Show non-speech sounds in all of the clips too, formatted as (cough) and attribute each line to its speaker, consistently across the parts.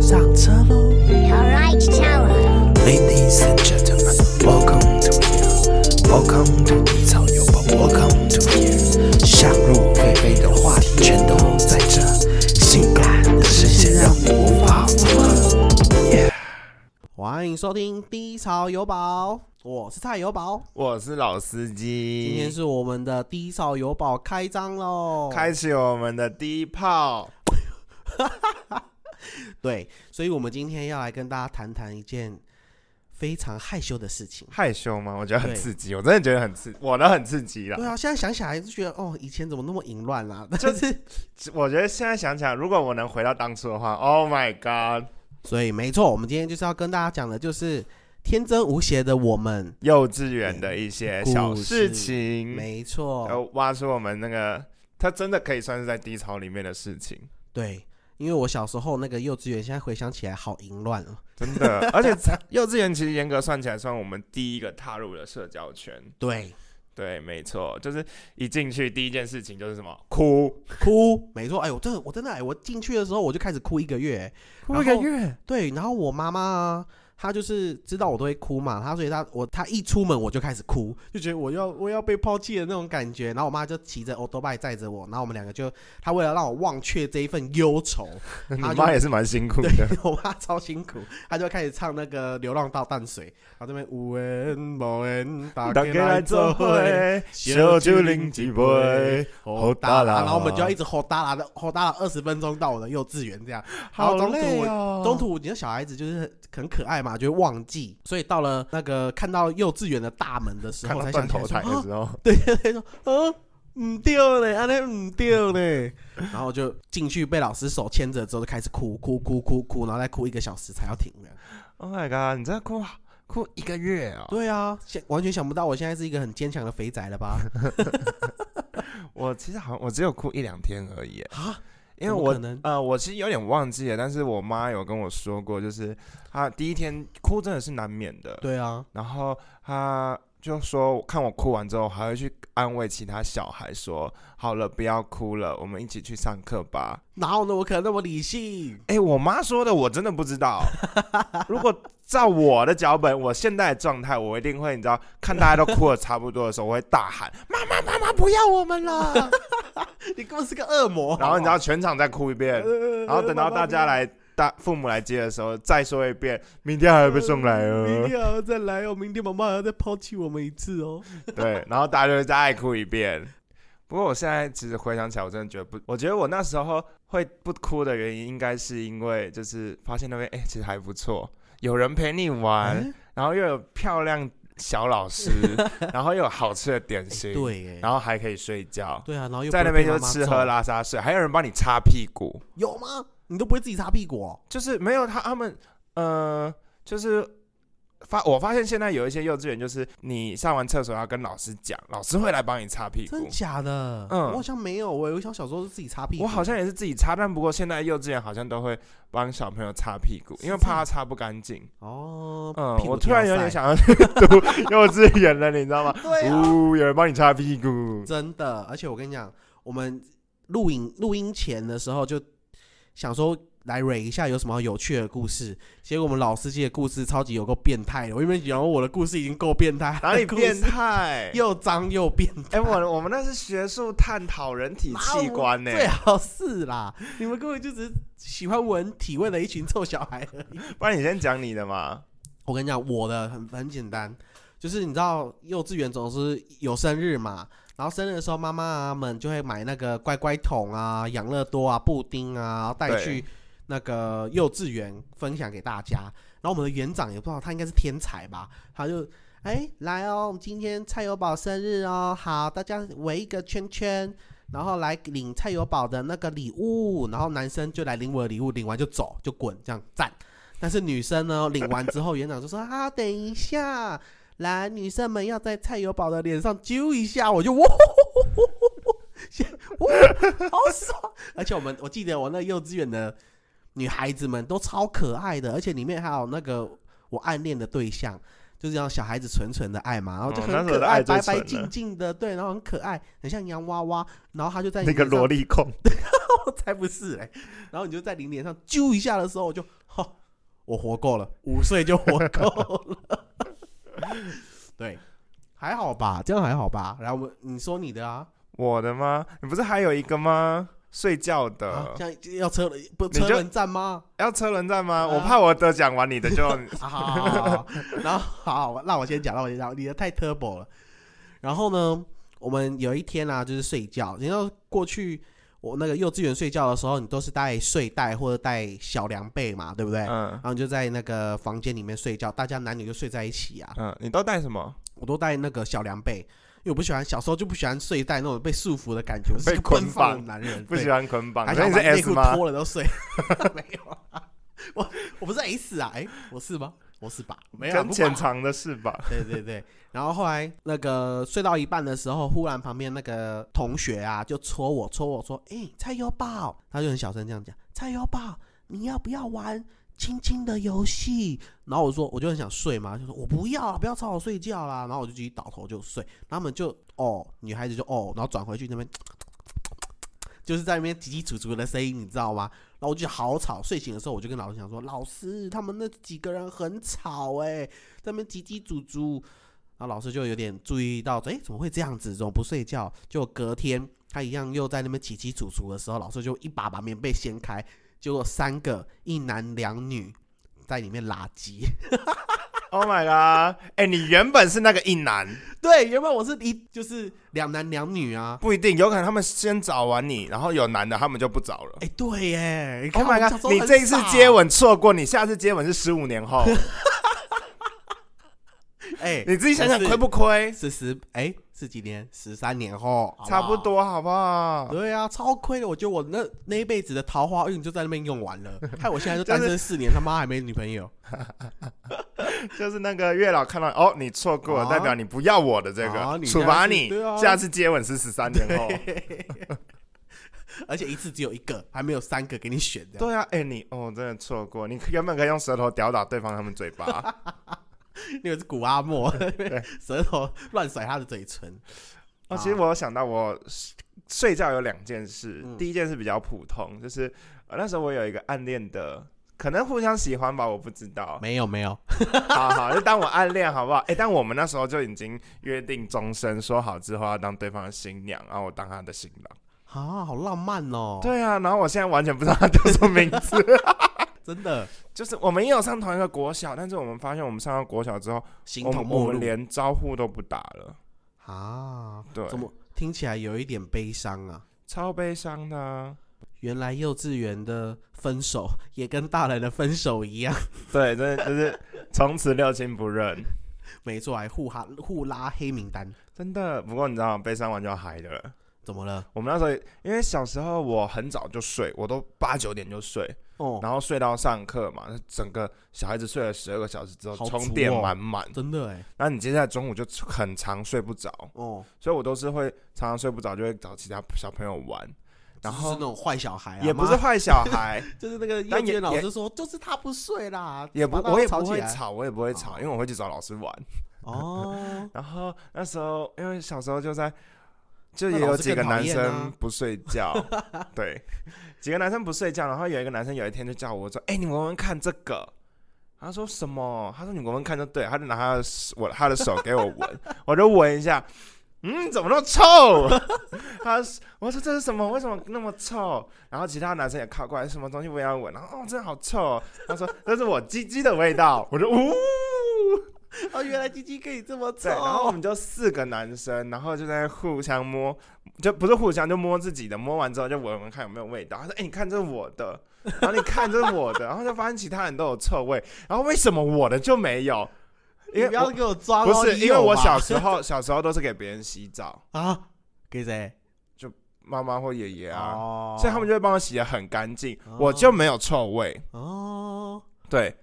Speaker 1: 上车喽
Speaker 2: Alright, Tower.
Speaker 1: ，Ladies and gentlemen, welcome to here, welcome to 低潮有宝，welcome to here。想入非非的话题全都在这，性感的声线让你无法负荷。Yeah
Speaker 3: 欢迎收听《低潮有宝》，我是蔡有宝。
Speaker 4: 我是老司机，
Speaker 3: 今天是我们的《低潮有宝》开张喽！
Speaker 4: 开启我们的第一炮，
Speaker 3: 对，所以我们今天要来跟大家谈谈一件非常害羞的事情。
Speaker 4: 害羞吗？我觉得很
Speaker 3: 对
Speaker 4: 刺激，我真的觉得很刺，我的很刺激
Speaker 3: 对
Speaker 4: 了。
Speaker 3: 啊，现在想起来就觉得哦，以前怎么那么淫乱啦、就是，
Speaker 4: 我觉得现在想起来，如果我能回到当初的话，Oh my God，
Speaker 3: 所以没错，我们今天就是要跟大家讲的，就是天真无邪的我们。
Speaker 4: 幼稚园的一些小事情，
Speaker 3: 没错，
Speaker 4: 要挖出我们那个，它真的可以算是在低潮里面的事情，
Speaker 3: 对，因为我小时候那个幼稚园，现在回想起来好淫乱哦。
Speaker 4: 真 (laughs) 的。而且才幼稚园其实严格算起来，算我们第一个踏入的社交圈。
Speaker 3: 对，
Speaker 4: 对，没错，就是一进去第一件事情就是什么哭，
Speaker 3: 哭，没错，哎，我真的，我真的，哎，我进去的时候我就开始哭一个月，哎哭一个
Speaker 4: 月，
Speaker 3: 对，然后我妈妈啊，她就是知道我都会哭嘛，她所以她我她一出门我就开始哭，就觉得我要我要被抛弃的那种感觉。然后我妈就骑着 o t o b i 载着我，然后我们两个就，她为了让我忘却这一份忧愁， (laughs)
Speaker 4: 你
Speaker 3: 他就
Speaker 4: (laughs) 妈也是蛮辛苦
Speaker 3: 对
Speaker 4: 的。
Speaker 3: 我妈超辛苦，她就开始唱那个《流浪到淡水》，然后这边无缘无缘，大
Speaker 4: 大
Speaker 3: 家
Speaker 4: 家来
Speaker 3: 来
Speaker 4: 做
Speaker 3: 做
Speaker 4: 伙
Speaker 3: 伙。，
Speaker 4: 小酒啉一杯，
Speaker 3: 吼
Speaker 4: 吼
Speaker 3: 哒
Speaker 4: 哒
Speaker 3: 啦，
Speaker 4: 啦
Speaker 3: 然后我们就要一直吼哒啦的吼哒啦二十分钟到我的幼稚园这样，
Speaker 4: 好
Speaker 3: 然后中途
Speaker 4: 累
Speaker 3: 我
Speaker 4: 哦。
Speaker 3: 中途你的小孩子就是很可爱嘛，就会忘记，所以到了那个看到幼稚园的大门的时
Speaker 4: 看
Speaker 3: 候，
Speaker 4: 到
Speaker 3: 才
Speaker 4: 断
Speaker 3: 想起
Speaker 4: 头
Speaker 3: 来说
Speaker 4: 台的
Speaker 3: 啊，
Speaker 4: 时候，
Speaker 3: 对对对，说啊，唔掉嘞，安尼唔掉嘞，然后就进去被老师手牵着之后就开始哭哭哭哭哭，然后再哭一个小时才要停的。
Speaker 4: ，Oh my god！你真的哭啊，哭一个月哦。
Speaker 3: 对啊，现完全想不到我现在是一个很坚强的肥宅了吧？
Speaker 4: 我其实好像我只有哭一两天而已，
Speaker 3: 啊，
Speaker 4: 因为
Speaker 3: 怎么
Speaker 4: 我
Speaker 3: 可能
Speaker 4: 呃，我其实有点忘记了，但是我妈有跟我说过，就是她第一天哭真的是难免的，
Speaker 3: 对啊，
Speaker 4: 然后她就说看我哭完之后，还会去安慰其他小孩说，好了，不要哭了，我们一起去上课吧。
Speaker 3: 哪有呢？我可能那么理性？
Speaker 4: 哎、我妈说的，我真的不知道。如果照我的脚本，我现在的状态，我一定会，你知道，看大家都哭的差不多的时候，我会大喊“妈妈，妈妈，不要我们了
Speaker 3: 你根本是个恶魔！”。
Speaker 4: 然后你知道，全场再哭一遍，然后等到大家来大父母来接的时候，再说一遍，明天还会被送来
Speaker 3: 明
Speaker 4: 哦。
Speaker 3: 天还要再来哦，明天妈妈还要再抛弃我们一次哦。
Speaker 4: 对，然后大家就会再爱哭一遍。不过我现在其实回想起来，我真的觉得不，我觉得我那时候会不哭的原因，应该是因为就是发现那边哎、其实还不错，有人陪你玩。
Speaker 3: 哎
Speaker 4: 然后又有漂亮小老
Speaker 3: (laughs)
Speaker 4: 师，然后又有好吃的点心，，
Speaker 3: 哎对耶，
Speaker 4: 然后还可以睡觉，
Speaker 3: 对啊，然后又
Speaker 4: 在那边就
Speaker 3: 就是
Speaker 4: 吃喝，拉撒睡，还有人帮你擦屁股，
Speaker 3: 有吗？你都不会自己擦屁股、哦？
Speaker 4: 就是没有他他们，呃，就是发我发现现在有一些幼稚园，就是你上完厕所要跟老师讲，老师会来帮你擦屁
Speaker 3: 真
Speaker 4: 股。
Speaker 3: 假的？
Speaker 4: 嗯
Speaker 3: 我好像没有我我想小时候是自己擦屁股，
Speaker 4: 我好像也是自己擦，但不过现在幼稚园好像都会帮小朋友擦屁股，
Speaker 3: 是
Speaker 4: 因为
Speaker 3: 这
Speaker 4: 怕
Speaker 3: 样
Speaker 4: 他擦不干净。
Speaker 3: 哦，
Speaker 4: 嗯
Speaker 3: 屁，股
Speaker 4: 我突然
Speaker 3: 贴
Speaker 4: 有
Speaker 3: 到
Speaker 4: 点
Speaker 3: 塞，
Speaker 4: 想要去读幼稚园了，你知道吗？
Speaker 3: (laughs) 对啊，
Speaker 4: 呜、有人帮你擦屁股。
Speaker 3: 真的。而且我跟你讲，我们录影录音前的时候就想说。来蕊一下有什么有趣的故事？结果我们老司机的故事超级有够变态的。我原本讲我的故事已经够变态，
Speaker 4: 哪里
Speaker 3: 他的故事
Speaker 4: 变态？
Speaker 3: 又脏又变态？
Speaker 4: (laughs) 哎、我我们那是学术探讨人体器
Speaker 3: (laughs)
Speaker 4: 官呢、
Speaker 3: 最好是啦，你们根本就只是喜欢闻体味的一群臭小孩而已。
Speaker 4: 不然你先讲你的嘛。
Speaker 3: 我跟你讲，我的很很简单，就是你知道幼稚园总是有生日嘛，然后生日的时候妈妈啊们就会买那个乖乖桶啊、养乐多啊、布丁啊，然后带
Speaker 4: 对
Speaker 3: 去那个幼稚园分享给大家。然后我们的园长也不知道他应该是天才吧，他就哎来哦，今天蔡友宝生日哦，好，大家围一个圈圈。然后来领蔡友宝的那个礼物，然后男生就来领我的礼物，领完就走，就滚，这样赞。但是女生呢，领完之后，园长就说：“啊，等一下，来，女生们要在蔡友宝的脸上揪一下。”我就哇，哇，
Speaker 4: (laughs)
Speaker 3: 好爽！而且我们我记得我那幼稚园的女孩子们都超可爱的，而且里面还有那个我暗恋的对象。就是让小孩子纯纯的爱嘛，然后就
Speaker 4: 哦
Speaker 3: 很
Speaker 4: 那时候
Speaker 3: 可
Speaker 4: 的
Speaker 3: 爱，
Speaker 4: 爱最
Speaker 3: 白白
Speaker 4: 纯
Speaker 3: 净
Speaker 4: 了
Speaker 3: 净的，对，然后很可爱，很像洋娃娃，然后他就在你
Speaker 4: 那个
Speaker 3: 脸上
Speaker 4: 萝莉控，
Speaker 3: (laughs) 我才不是嘞。然后你就在你脸上揪一下的时候，我就，哈我活够了，五岁就活够了。 (laughs) 对，还好吧，这样还好吧。然后我们你说你的啊，
Speaker 4: 我的吗？你不是还有一个吗？睡觉的、
Speaker 3: 啊，这样要车轮不
Speaker 4: 呃你就
Speaker 3: 车轮战吗？ (laughs)
Speaker 4: 要车轮战吗？
Speaker 3: 啊
Speaker 4: 我怕我得讲完你的就
Speaker 3: 啊，好好好好，然后好，好让我先讲，让我先讲，你的太 turbo 了。然后呢，我们有一天啊，就是睡觉，你知道过去我那个幼稚园睡觉的时候，你都是带睡袋或者带小凉被嘛，对不 (laughs) 对？
Speaker 4: 嗯
Speaker 3: 然后你就在那个房间里面睡觉，大家男女就睡在一起啊。
Speaker 4: 嗯，你都带什么？
Speaker 3: 我都带那个小凉被，因为我不喜欢小时候就不喜欢睡袋那种被束缚的感觉，我是
Speaker 4: 被
Speaker 3: 个
Speaker 4: 捆
Speaker 3: 奔放的
Speaker 4: 绑
Speaker 3: 男人，
Speaker 4: 不
Speaker 3: 对
Speaker 4: 喜欢捆绑，
Speaker 3: 还
Speaker 4: 所以
Speaker 3: 想
Speaker 4: 你是
Speaker 3: 把内
Speaker 4: S
Speaker 3: 裤
Speaker 4: 吗？
Speaker 3: 脱了都睡， (laughs) 没有啊， (laughs) 我我不是 S 啊，哎、我是吗？我是吧？没有啊，
Speaker 4: 跟
Speaker 3: 不
Speaker 4: 潜
Speaker 3: 管
Speaker 4: 藏的是吧？
Speaker 3: 对对对，然后后来那个睡到一半的时候，忽然旁边那个同学啊就戳我，戳我说：“哎、蔡友宝！”他就很小声这样讲：“蔡友宝，你要不要玩亲亲的游戏？”然后我说：“我就很想睡嘛，就说我不要啊，不要吵我睡觉啦。”然后我就继续倒头就睡，然后他们就哦，女孩子就哦，然后转回去那边。就是在那边叽叽楚楚的声音，你知道吗？然后我就好吵，睡醒的时候我就跟老师讲说：“老师，他们那几个人很吵哎、在那边叽叽足足，然后老师就有点注意到，哎，怎么会这样子？怎么不睡觉？就隔天他一样又在那边叽叽足足的时候，老师就一把把棉被掀开，结果三个一男两女在里面拉鸡。 (laughs)
Speaker 4: Oh my god！哎、你原本是那个一男，
Speaker 3: 对，原本我是一就是两男两女啊。
Speaker 4: 不一定，有可能他们先找完你，然后有男的，他们就不找了。
Speaker 3: 哎，对耶你看
Speaker 4: Oh my
Speaker 3: 我小时
Speaker 4: god！
Speaker 3: 候
Speaker 4: 你
Speaker 3: 很
Speaker 4: 这一次
Speaker 3: 傻
Speaker 4: 接，吻错过，你下次接吻是十五年
Speaker 3: (laughs)
Speaker 4: 后，
Speaker 3: 哎，
Speaker 4: 你自己想想
Speaker 3: 可是
Speaker 4: 亏不亏？
Speaker 3: 是十哎是几年？十三年后，好
Speaker 4: 差
Speaker 3: 好
Speaker 4: 不。多好不好？
Speaker 3: 对啊，超亏的！我觉得我那那一辈子的桃花运就在那边用完
Speaker 4: (laughs)
Speaker 3: 了，害我现在就单
Speaker 4: 就是
Speaker 3: 身四年，他妈还没女朋友。 (laughs)
Speaker 4: 就是那个月老看到哦，你错过了，
Speaker 3: 啊
Speaker 4: 代表你不要我的这个，
Speaker 3: 啊你
Speaker 4: 处罚
Speaker 3: 下次
Speaker 4: 你
Speaker 3: 对啊
Speaker 4: 下次接吻是十三年
Speaker 3: (laughs)
Speaker 4: 后。
Speaker 3: 而且一次只有一个，还没有三个给你选的。
Speaker 4: 对啊，哎、你哦，真的错过，你原本可以用舌头吊打对方他们嘴
Speaker 3: (laughs)
Speaker 4: 巴。
Speaker 3: (laughs) 那个是古阿莫， (laughs) 舌头乱甩他的嘴唇。
Speaker 4: 哦，其实我有想到我睡睡觉有两件事，
Speaker 3: 嗯
Speaker 4: 第一件事比较普通，就是、呃、那时候我有一个暗恋的，可能互相喜欢吧，我不知道。
Speaker 3: 没有没有，
Speaker 4: (laughs) 好好，就当我暗恋好不好？哎、但我们那时候就已经约定终身，说好之后要当对方的新娘，然后我当他的新郎。
Speaker 3: 啊，好浪漫哦！，
Speaker 4: 对啊，然后我现在完全不知道他叫什么名字。
Speaker 3: 真的
Speaker 4: 就是我们也有上同一个国小，但是我们发现我们上到国小之后，
Speaker 3: 形
Speaker 4: 我
Speaker 3: 同
Speaker 4: 们我
Speaker 3: 陌
Speaker 4: 们
Speaker 3: 路
Speaker 4: 连招呼都不打了，
Speaker 3: 啊！
Speaker 4: 对，
Speaker 3: 怎么听起来有一点悲伤啊？
Speaker 4: 超悲伤的啊、
Speaker 3: 原来幼稚园的分手也跟大人的分手一样，
Speaker 4: (laughs) 对，真的就是从此六亲不认。
Speaker 3: 没错，还互哈互拉黑名单。
Speaker 4: 真的，不过你知道，悲伤完就要嗨的了。
Speaker 3: 怎么了？
Speaker 4: 我们那时候，因为小时候我很早就睡，我都八九点就睡，
Speaker 3: 哦，
Speaker 4: 然后睡到上课嘛，整个小孩子睡了十二个小时之后，
Speaker 3: 好足哦
Speaker 4: 充电满满。
Speaker 3: 真的哎，
Speaker 4: 那你接下来中午就很长睡不着，
Speaker 3: 哦，
Speaker 4: 所以我都是会常常睡不着，就会找其他小朋友玩，
Speaker 3: 就是那
Speaker 4: 然后
Speaker 3: 种坏小孩啊，
Speaker 4: 也不是
Speaker 3: 妈，
Speaker 4: 坏小
Speaker 3: (laughs)
Speaker 4: 孩，
Speaker 3: 就是那个幼
Speaker 4: 但
Speaker 3: 稚
Speaker 4: 也
Speaker 3: 园老
Speaker 4: 也
Speaker 3: 师说，就是他不睡啦，
Speaker 4: 也不
Speaker 3: 把他
Speaker 4: 我也
Speaker 3: 吵
Speaker 4: 不
Speaker 3: 起
Speaker 4: 会
Speaker 3: 来
Speaker 4: 吵，我也不会吵，因为我会去找老师玩。 (laughs)
Speaker 3: 哦。
Speaker 4: 然后那时候因为小时候就在，就
Speaker 3: 那
Speaker 4: 也
Speaker 3: 老
Speaker 4: 有
Speaker 3: 师
Speaker 4: 几个
Speaker 3: 更讨
Speaker 4: 男
Speaker 3: 厌
Speaker 4: 生
Speaker 3: 啊
Speaker 4: 不睡觉，
Speaker 3: (laughs)
Speaker 4: 对，几个男生不睡觉，然后有一个男生有一天就叫我说：“哎、你闻闻看这个。”他说什么？他说你闻闻看就对了，他就拿他的手我他的手给我闻， (laughs) 我就闻一下，嗯，怎么那么臭？ (laughs) 他我说这是什么？为什么那么臭？然后其他男生也靠过来，什么东西我也要闻，然后哦，真的好臭、哦。他说那是我鸡鸡的味道，我说呜。
Speaker 3: 哦，原来鸡鸡可以这么臭。
Speaker 4: 对，然后我们就四个男生，然后就在互相摸，就不是互相，就摸自己的，摸完之后就闻闻看有没有味道。他说：“哎、你看这是我的， (laughs) 然后你看这是我的，然后就发现其他人都有臭味，然后为什么我的就没有？
Speaker 3: 你
Speaker 4: 因为
Speaker 3: 不要
Speaker 4: 我
Speaker 3: 给我装
Speaker 4: 不
Speaker 3: 哦，
Speaker 4: 是
Speaker 3: 你
Speaker 4: 因为
Speaker 3: 有
Speaker 4: 我
Speaker 3: 吧
Speaker 4: 小时候 (laughs) 小时候都是给别人洗澡，
Speaker 3: 啊，给谁？
Speaker 4: 妈妈或爷爷啊，
Speaker 3: 哦
Speaker 4: 所以他们就会帮我洗的很干净，我
Speaker 3: 哦
Speaker 4: 就没有臭味。
Speaker 3: 哦，
Speaker 4: 对。”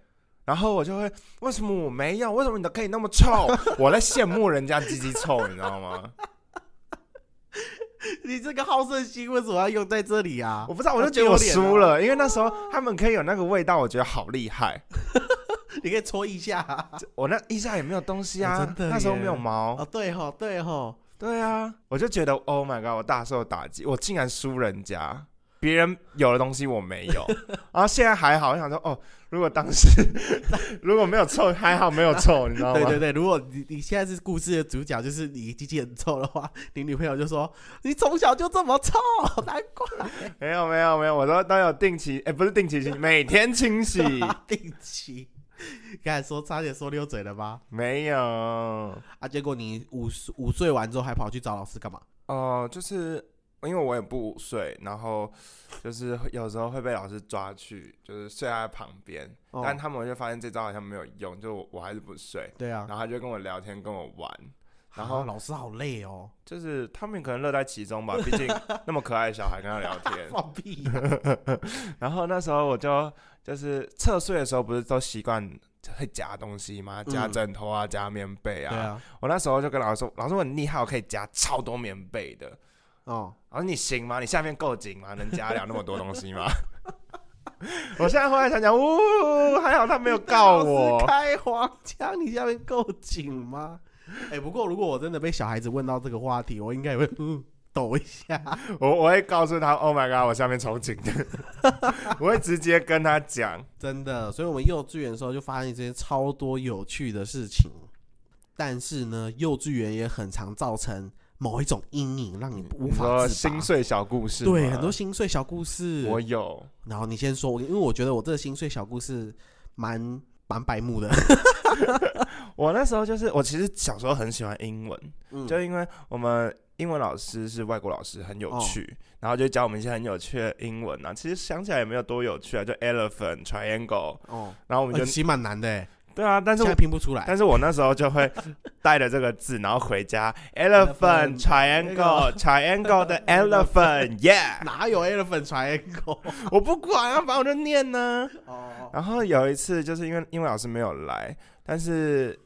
Speaker 4: 然后我就会，为什么我没有？为什么你的可以那么臭？我在羡慕人家鸡鸡臭，你知道吗？
Speaker 3: 你这个好胜心为什么要用在这里啊
Speaker 4: 我？不知道，我就
Speaker 3: 那
Speaker 4: 觉得我
Speaker 3: 丢脸啊
Speaker 4: 输了，因为那时候他们可以有那个味道，我觉得好厉害。
Speaker 3: 你可以戳一下啊。
Speaker 4: 我那腋下也没有东西啊
Speaker 3: 哦，真的
Speaker 4: 那时候没有
Speaker 3: 耶
Speaker 4: 毛。
Speaker 3: 哦，对吼，对吼，
Speaker 4: 对啊，我就觉得 Oh my god，我大受打击，我竟然输人家，别人有的东西我没
Speaker 3: (laughs)
Speaker 4: 有。然后现在还好，我想说哦，如果当时 (laughs) 如果没有臭，还好没有臭，你知道吗？
Speaker 3: 对对对，如果你你现在是故事的主角，就是你鸡鸡很臭的话，你女朋友就说你从小就这么臭， (laughs) 难怪
Speaker 4: 没有没有没有，我都都有定期，哎、不是定期清，每天
Speaker 3: (laughs)
Speaker 4: 清洗，
Speaker 3: 定期。刚才说差点说溜嘴了吧？
Speaker 4: 没有。
Speaker 3: 啊，结果你午午睡完之后还跑去找老师干嘛？
Speaker 4: 哦、就是因为我也不午睡，然后就是会有时候会被老师抓去，就是睡在他旁边，
Speaker 3: 哦
Speaker 4: 但他们就发现这招好像没有用，就我我还是不睡，
Speaker 3: 对啊
Speaker 4: 然，后他就跟我聊天，跟我玩，然
Speaker 3: 啊
Speaker 4: 后
Speaker 3: 老师好累哦，
Speaker 4: 就是他们可能乐在其中吧，毕
Speaker 3: (laughs)
Speaker 4: 竟那么可爱的小孩跟他聊天。啊
Speaker 3: 放屁呀、
Speaker 4: (laughs) 然后那时候我就就是侧睡的时候，不是都习惯会夹东西吗？夹
Speaker 3: 嗯
Speaker 4: 枕头啊，夹棉被
Speaker 3: 对啊，
Speaker 4: 我那时候就跟老师说，老师我很厉害，我可以夹超多棉被的。
Speaker 3: 哦，
Speaker 4: 老师你行吗？你下面够紧吗？能夹了那么多东西吗？ (laughs) 我现在后来想想，呜、还好他没有告
Speaker 3: 老师
Speaker 4: 我。
Speaker 3: 开黄腔，你下面够紧吗？哎、不过如果我真的被小孩子问到这个话题，我应该也会嗯抖一下。
Speaker 4: 我我会告诉他，Oh my god，我下面超紧的。 (laughs) 我会直接跟他讲。
Speaker 3: 真的，所以我们幼稚园的时候就发现这些超多有趣的事情，但是呢，幼稚园也很常造成某一种阴影，让你无
Speaker 4: 你说
Speaker 3: 法自拔
Speaker 4: 心。碎小故事吗，
Speaker 3: 对，很多心碎小故事。
Speaker 4: 我有，
Speaker 3: 然后你先说，我因为我觉得我这个心碎小故事蛮蛮白目的。
Speaker 4: 我那时候就是我其实小时候很喜欢英文，
Speaker 3: 嗯
Speaker 4: 就因为我们英文老师是外国老师，很有
Speaker 3: 哦
Speaker 4: 趣，然后就教我们一些很有趣的英文啊。其实想起来也没有多有趣啊，就 elephant triangle，
Speaker 3: 哦，
Speaker 4: 然后
Speaker 3: 我
Speaker 4: 我们就、
Speaker 3: 其实蛮难的欸，
Speaker 4: 对啊，但是
Speaker 3: 现
Speaker 4: 我
Speaker 3: 在拼不出来。
Speaker 4: 但是我那时候就会带着这个字，然后回家
Speaker 3: (laughs)
Speaker 4: elephant triangle triangle 的 elephant
Speaker 3: (laughs)
Speaker 4: yeah，
Speaker 3: 哪有 elephant triangle？
Speaker 4: 我不管啊，反正我就念呢、
Speaker 3: 哦，
Speaker 4: 然后有一次就是因为英文老师没有来，但是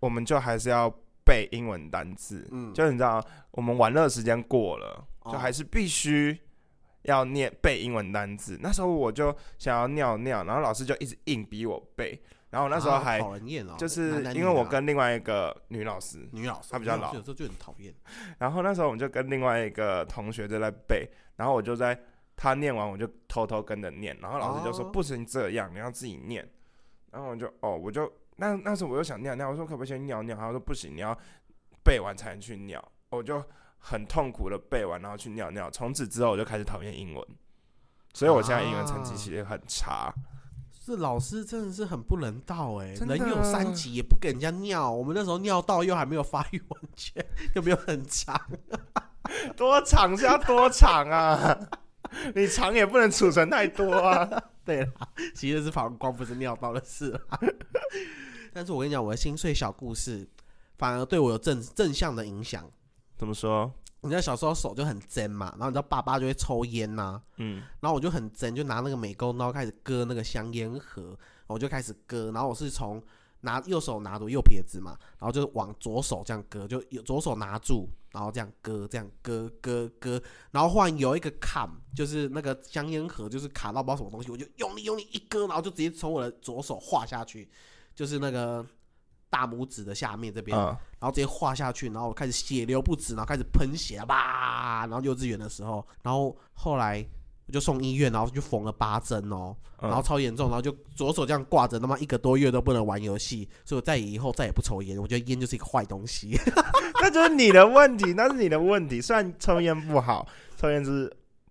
Speaker 4: 我们就还是要背英文单字，
Speaker 3: 嗯哦
Speaker 4: 就你知道我们玩乐时间过了，就还是必须。要念背英文单字，那时候我就想要尿尿，然后老师就一直硬逼我背，然后我那时候
Speaker 3: 啊
Speaker 4: 还
Speaker 3: 讨人厌哦，
Speaker 4: 就是
Speaker 3: 男男女
Speaker 4: 因为我
Speaker 3: 啊
Speaker 4: 跟另外一个女老师，
Speaker 3: 女老师，
Speaker 4: 她比较
Speaker 3: 女
Speaker 4: 老
Speaker 3: 有时候就很讨厌。
Speaker 4: 然后那时候我们就跟另外一个同学就在背，然后我就在他念完，我就偷偷跟着念，然后老师就说、
Speaker 3: 哦
Speaker 4: 不行这样，你要自己念。然后我就哦，我就那那时候我就想尿尿，我说可不可以先尿尿？他说不行，你要背完才能去尿。我就很痛苦的背完，然后去尿尿。从此之后我就开始讨厌英文，所以我现在英文成绩
Speaker 3: 啊
Speaker 4: 其实很差。
Speaker 3: 这老师真的是很不人道哎、
Speaker 4: 真的啊
Speaker 3: 人有三急也不给人家尿，我们那时候尿道又还没有发育完全， (laughs) 又没有很长，
Speaker 4: (laughs) 多长是要多长啊？你长也不能储存太多啊。
Speaker 3: (laughs) 对啦，其实是膀胱不是尿道的事啦。但是我跟你讲，我的心碎小故事反而对我有正正向的影响。
Speaker 4: 怎么说？
Speaker 3: 你知道小时候手就很尖嘛，然后你知道爸爸就会抽烟呐、
Speaker 4: 嗯，
Speaker 3: 然后我就很真，就拿那个美工刀开始割那个香烟盒，我就开始割，然后我是从拿右手拿着右撇子嘛，然后就往左手这样割，就有左手拿住，然后这样割，这样割割割，然后忽然有一个坎，就是那个香烟盒就是卡到不知道什么东西，我就用力用力一割，然后就直接从我的左手划下去，就是那个大拇指的下面这边，
Speaker 4: 嗯，
Speaker 3: 然后直接画下去，然后我开始血流不止，然后开始喷血啊吧。然后幼稚园的时候，然后后来我就送医院，然后就缝了八针哦，
Speaker 4: 嗯
Speaker 3: 然后超严重，然后就左手这样挂着，他妈一个多月都不能玩游戏，所以我再以后再也不抽烟，我觉得烟就是一个坏东西。 (laughs)
Speaker 4: (laughs) 那就是你的问题，那是你的问题。虽然抽烟不好，抽烟是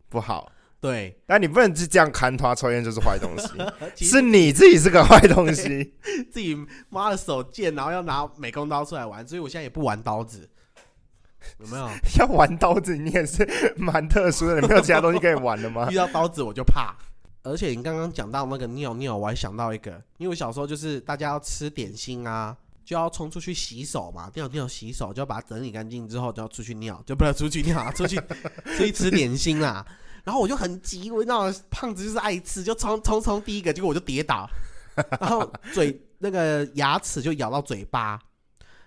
Speaker 4: 不好，
Speaker 3: 对，
Speaker 4: 但你不能是这样看他啊抽烟就是坏东西，
Speaker 3: (laughs) 其实
Speaker 4: 是你自己是个坏东西。 (laughs)
Speaker 3: 自己妈的手贱，然后要拿美工刀出来玩，所以我现在也不玩刀子，有没有？
Speaker 4: 要玩刀子，你也是蛮特殊的，你没有其他东西可以玩
Speaker 3: (laughs)
Speaker 4: 的吗
Speaker 3: 遇？到刀子我就怕。而且你刚刚讲到那个尿尿，我还想到一个，因为我小时候就是大家要吃点心啊，就要冲出去洗手嘛，尿尿洗手就要把它整理干净之后就要出去尿，就不能出去尿啊， (laughs) 出去出去吃点心啊。然后我就很急，我那种胖子就是爱吃，就冲冲冲第一个，结果我就跌倒， (laughs) 然后嘴那个牙齿就咬到嘴巴，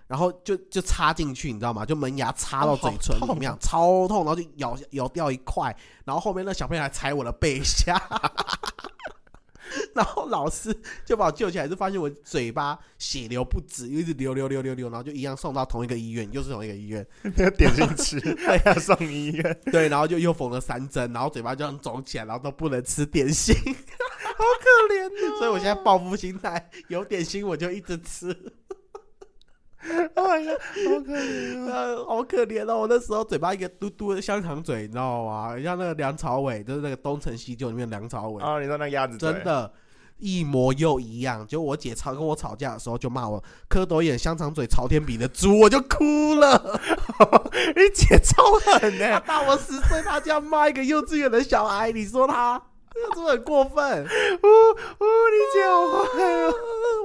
Speaker 3: 然后就就插进去，你知道吗？就门牙插到嘴唇里面，超痛，然后就咬咬掉一块，然后后面那小朋友还踩我的背一下， (laughs) 然后老师就把我救起来，就发现我嘴巴血流不止，一直流流流流流，然后就一样送到同一个医院，又是同一个医院，
Speaker 4: 没有点心吃，
Speaker 3: (laughs)
Speaker 4: 还要送医院，
Speaker 3: 对，然后就又缝了三针，然后嘴巴就这样肿起来，然后都不能吃点心， (laughs)
Speaker 4: 好可怜哦。
Speaker 3: 所以我现在报复心态，有点心我就一直吃，
Speaker 4: Oh my god，好可怜哦。
Speaker 3: (laughs) 呃，好可怜哦，我那时候嘴巴一个嘟嘟的香肠嘴，你知道吗？像那个梁朝伟，就是那个《东成西就》里面梁朝伟，
Speaker 4: 哦，你说那个鸭子
Speaker 3: 真
Speaker 4: 的
Speaker 3: 的，一模又一样。就我姐吵跟我吵架的时候，就骂我蝌蚪眼、香肠嘴、朝天鼻的猪，我就哭了。 (laughs)
Speaker 4: 你姐超狠
Speaker 3: 她
Speaker 4: 呢，
Speaker 3: 大我十岁，她这样骂一个幼稚园的小孩，你说她这是不是很过分？ (laughs)
Speaker 4: 呜呜，哦你姐好坏哦。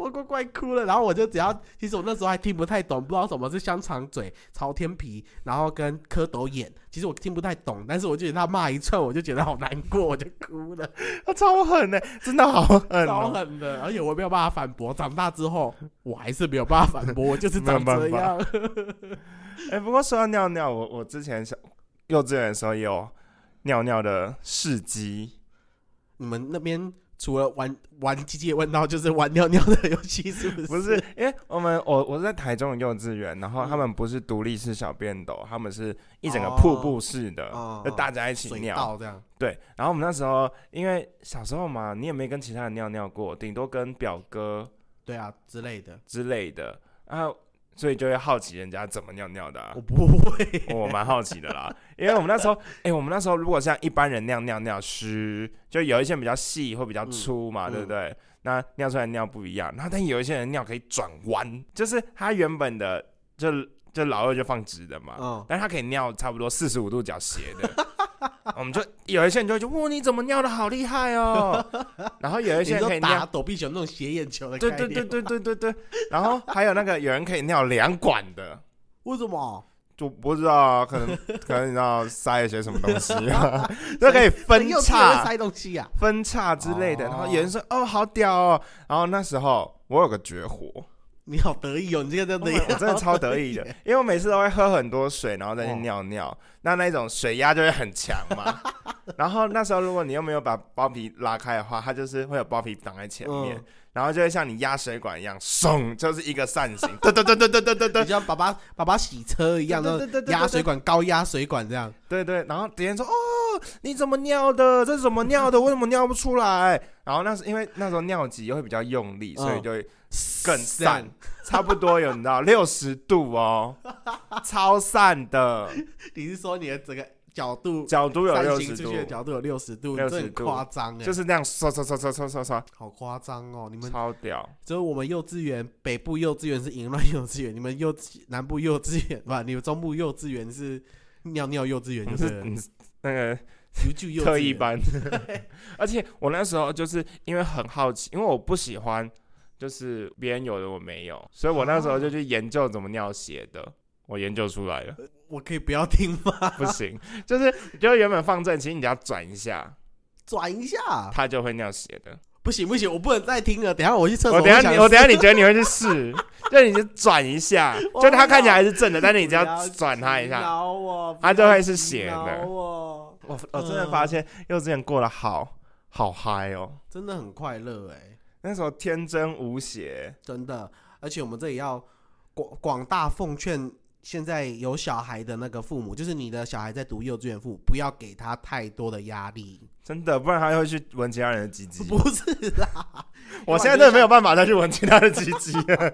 Speaker 3: 我快快哭了，然后我就只要，其实我那时候还听不太懂，不知道什么是香肠嘴、朝天皮，然后跟蝌蚪眼，其实我听不太懂，但是我就觉得他骂一串，我就觉得好难过，我就哭了，
Speaker 4: 他啊超狠呢，真的好狠
Speaker 3: 超
Speaker 4: 哦。
Speaker 3: 狠的，而且我没有办法反驳。长大之后，我还是没有办法反驳，我就是长这
Speaker 4: 没有
Speaker 3: 样。
Speaker 4: 哎，不过说到尿尿，我我之前小幼稚园的时候也有尿尿的事迹。
Speaker 3: (laughs) 你们那边除了玩玩机器问到，就是玩尿尿的游戏，是不是？嗯
Speaker 4: (laughs) 不是，因为我们我我是在台中的幼稚园，然后他们不是独立式小便斗，他们是一整个
Speaker 3: 哦
Speaker 4: 瀑布式的，
Speaker 3: 哦
Speaker 4: 就大家一起
Speaker 3: 水
Speaker 4: 尿。
Speaker 3: 道这样，
Speaker 4: 对，然后我们那时候因为小时候嘛，你也没跟其他人尿尿过，顶多跟表哥
Speaker 3: 对啊之类的，
Speaker 4: 之类的，然后所以就会好奇人家怎么尿尿的、啊
Speaker 3: 我。不会。
Speaker 4: 我蛮好奇的啦，因为我们那时候，哎、我们那时候如果像一般人那样尿尿湿，就有一些比较细或比较粗嘛，
Speaker 3: 嗯
Speaker 4: 对不对？那尿出来的尿不一样，然后但有一些人尿可以转弯，就是他原本的就就老二就放直的嘛，
Speaker 3: 嗯，
Speaker 4: 但是他可以尿差不多四十五度角斜的。我们就有一些人就会觉得哇，你怎么尿的好厉害
Speaker 3: (laughs)
Speaker 4: 哦。然后有一
Speaker 3: 你
Speaker 4: 些人可
Speaker 3: 说
Speaker 4: 以
Speaker 3: 打
Speaker 4: 尿，
Speaker 3: 躲避球那种斜眼球的概
Speaker 4: 对
Speaker 3: 念，
Speaker 4: 对对对对对对。然后还有那个有人可以尿两管的，
Speaker 3: 为什么？
Speaker 4: 就不知道啊，
Speaker 3: (laughs)
Speaker 4: 可能可能你知道塞了些什么东西 (laughs) 啊，就可以分
Speaker 3: 又
Speaker 4: 叉、
Speaker 3: 塞东西啊！
Speaker 4: 分叉之类的。
Speaker 3: 哦
Speaker 4: 然后有人说：“哦，好屌哦！”然后那时候我有个绝
Speaker 3: (laughs)
Speaker 4: 活，
Speaker 3: 你好得意哦，你这个真
Speaker 4: 我
Speaker 3: 的 (laughs) 耶，
Speaker 4: 我真的超得意的，因为我每次都会喝很多水，然后再去
Speaker 3: 哦
Speaker 4: 尿尿，那那种水压就会很强嘛。
Speaker 3: (laughs)
Speaker 4: 然后那时候如果你又没有把包皮拉开的话，它就是会有包皮挡在前面，
Speaker 3: 嗯
Speaker 4: 然后就会像你压水管一样，嗖，就是一个扇形，噔噔噔噔噔噔噔
Speaker 3: 你
Speaker 4: 噔
Speaker 3: 就像爸爸爸爸洗车一样，
Speaker 4: 对
Speaker 3: 那
Speaker 4: 对对对
Speaker 3: 种
Speaker 4: 对
Speaker 3: 压
Speaker 4: 对
Speaker 3: 水管高压水管这样，
Speaker 4: 对对，然后别人说：“哦，你怎么尿的？这是怎么尿的？为什么尿不出来？”然后那是因为那时候尿急又会比较用力，所以就会更散，差不多有你知
Speaker 3: (laughs)
Speaker 4: 道六十度哦，超散的
Speaker 3: 你是说你的整个角度
Speaker 4: 角度有
Speaker 3: 扇
Speaker 4: 啊六
Speaker 3: 形
Speaker 4: 十
Speaker 3: 出去的
Speaker 4: 度，
Speaker 3: 角度有六十度，
Speaker 4: 60
Speaker 3: 这很
Speaker 4: 度
Speaker 3: 夸张哎，
Speaker 4: 就是那样刷刷刷刷刷刷刷，
Speaker 3: 好夸张哦！你们
Speaker 4: 超屌！
Speaker 3: 就是我们幼稚园北部幼稚园是淫乱幼稚园，你们幼稚南部幼稚园不，你们中部幼稚园是尿尿幼稚园，
Speaker 4: 我
Speaker 3: 就
Speaker 4: 们
Speaker 3: 是
Speaker 4: 是 (laughs)
Speaker 3: 了
Speaker 4: 嗯那个
Speaker 3: 有就幼稚
Speaker 4: 特意
Speaker 3: 园，
Speaker 4: (laughs) 班。而且我那时候就是因为很好奇，因为我不喜欢就是别人有的我没有，所以我那时候就去研究怎么尿血的。我研究出来了，
Speaker 3: 我可以不要听吗？
Speaker 4: (laughs) 不行，就是就是原本放正，其实你只要转一下，
Speaker 3: 啊转一下，
Speaker 4: 它就会尿血的。
Speaker 3: 不行不行，我不能再听了，等一下我去厕所，
Speaker 4: 我等一下
Speaker 3: 想
Speaker 4: 你，我等一下你觉得你会去
Speaker 3: (laughs)
Speaker 4: 试，就你就转一下，
Speaker 3: 我
Speaker 4: 就它
Speaker 3: 不
Speaker 4: 看起
Speaker 3: 要
Speaker 4: 来是正的，但是你只
Speaker 3: 不
Speaker 4: 要
Speaker 3: 要
Speaker 4: 转它一
Speaker 3: 洗
Speaker 4: 下，
Speaker 3: 脑我
Speaker 4: 它就会是血的
Speaker 3: 不要洗脑我
Speaker 4: 我我真的发现幼稚园过得好好嗨哦，
Speaker 3: 真的很快乐哎、
Speaker 4: 那时候天真无邪，
Speaker 3: 真的。而且我们这里要广广大奉劝现在有小孩的那个父母，就是你的小孩在读幼稚园，父母不要给他太多的压力。
Speaker 4: 真的，不然它会去闻其他人的鸡鸡。
Speaker 3: 不是啦，
Speaker 4: 我现在真的没有办法再去闻其他的鸡鸡了。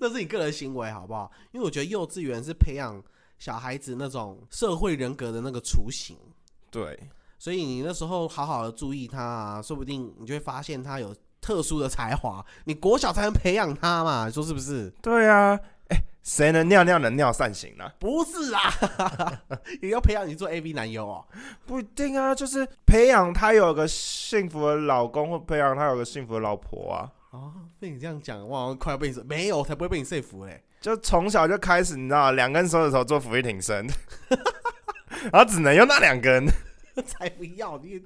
Speaker 3: 那是你个人行为好不好？因为我觉得幼稚园是培养小孩子那种社会人格的那个雏形。
Speaker 4: (laughs) 对，
Speaker 3: 所以你那时候好好的注意他啊，说不定你就会发现他有特殊的才华，你国小才能培养他嘛，你说是不是？
Speaker 4: 对啊，哎、谁能尿尿能尿散行呢、
Speaker 3: 不是啊， (laughs) 也要培养你做 AV 男优哦。
Speaker 4: 不一定啊，就是培养他有个幸福的老公，或培养他有个幸福的老婆啊。
Speaker 3: 哦，被你这样讲，我好像快要被你说没有，我才不会被你说服嘞。 (laughs)
Speaker 4: 就从小就开始，你知道，两根手指头做俯卧挺身，然后只能用那两根。
Speaker 3: 才不要你，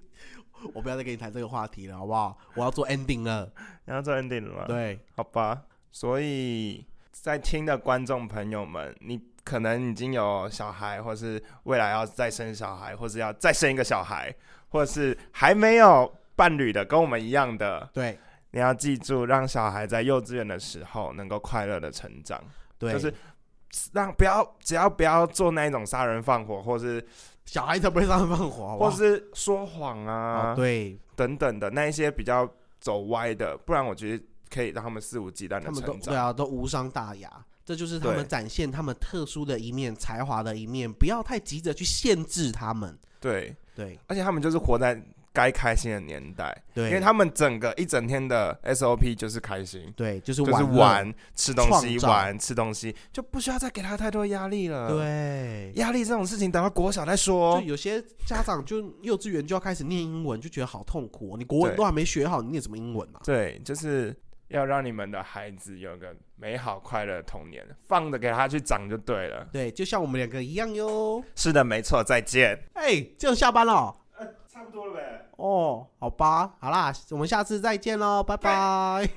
Speaker 3: 我不要再跟你谈这个话题了，好不好？我要做 ending
Speaker 4: (laughs)
Speaker 3: 了。
Speaker 4: 然后做 ending 了吗？，
Speaker 3: 对，
Speaker 4: 好吧。所以在听的观众朋友们，你可能已经有小孩，或是未来要再生小孩，或是要再生一个小孩，或是还没有伴侣的，跟我们一样的，
Speaker 3: 对
Speaker 4: 你要记住，让小孩在幼稚园的时候能够快乐的成长，
Speaker 3: 对，
Speaker 4: 就是让不要只要不要做那一种杀人放火，或是
Speaker 3: 小孩才不会让人放火，好不好啊
Speaker 4: 或是说谎啊，
Speaker 3: 哦对
Speaker 4: 等等的那一些比较走歪的，不然我觉得可以让他们肆无忌惮的
Speaker 3: 他们都
Speaker 4: 成
Speaker 3: 对
Speaker 4: 长。
Speaker 3: 啊，都无伤大雅。这就是他
Speaker 4: 对
Speaker 3: 们展现他们特殊的一面、才华的一面，不要太急着去限制他们。
Speaker 4: 对，
Speaker 3: 对
Speaker 4: 而且他们就是活在该开心的年代，
Speaker 3: 对，
Speaker 4: 因为他们整个一整天的 SOP 就是开心，
Speaker 3: 对就是
Speaker 4: 就是
Speaker 3: 乐，
Speaker 4: 玩、吃东西、
Speaker 3: 创造
Speaker 4: 玩、吃东西，就不需要再给他太多压力了。，
Speaker 3: 对。
Speaker 4: 压力这种事情等到国小再
Speaker 3: 就
Speaker 4: 说。
Speaker 3: 有些家长就幼稚园就要开始念英文，就觉得好痛苦哦。你国文
Speaker 4: 对
Speaker 3: 都还没学好，你念什么英文啊？
Speaker 4: 对，就是要让你们的孩子有个美好快乐的童年，放着给他去长就对了。
Speaker 3: 对，就像我们两个一样哟。
Speaker 4: 是的，没错。再见。
Speaker 3: 哎，这样下班了哦。
Speaker 4: 呃差不多了呗。
Speaker 3: 哦，好吧，好啦，我们下次再见喽，拜拜。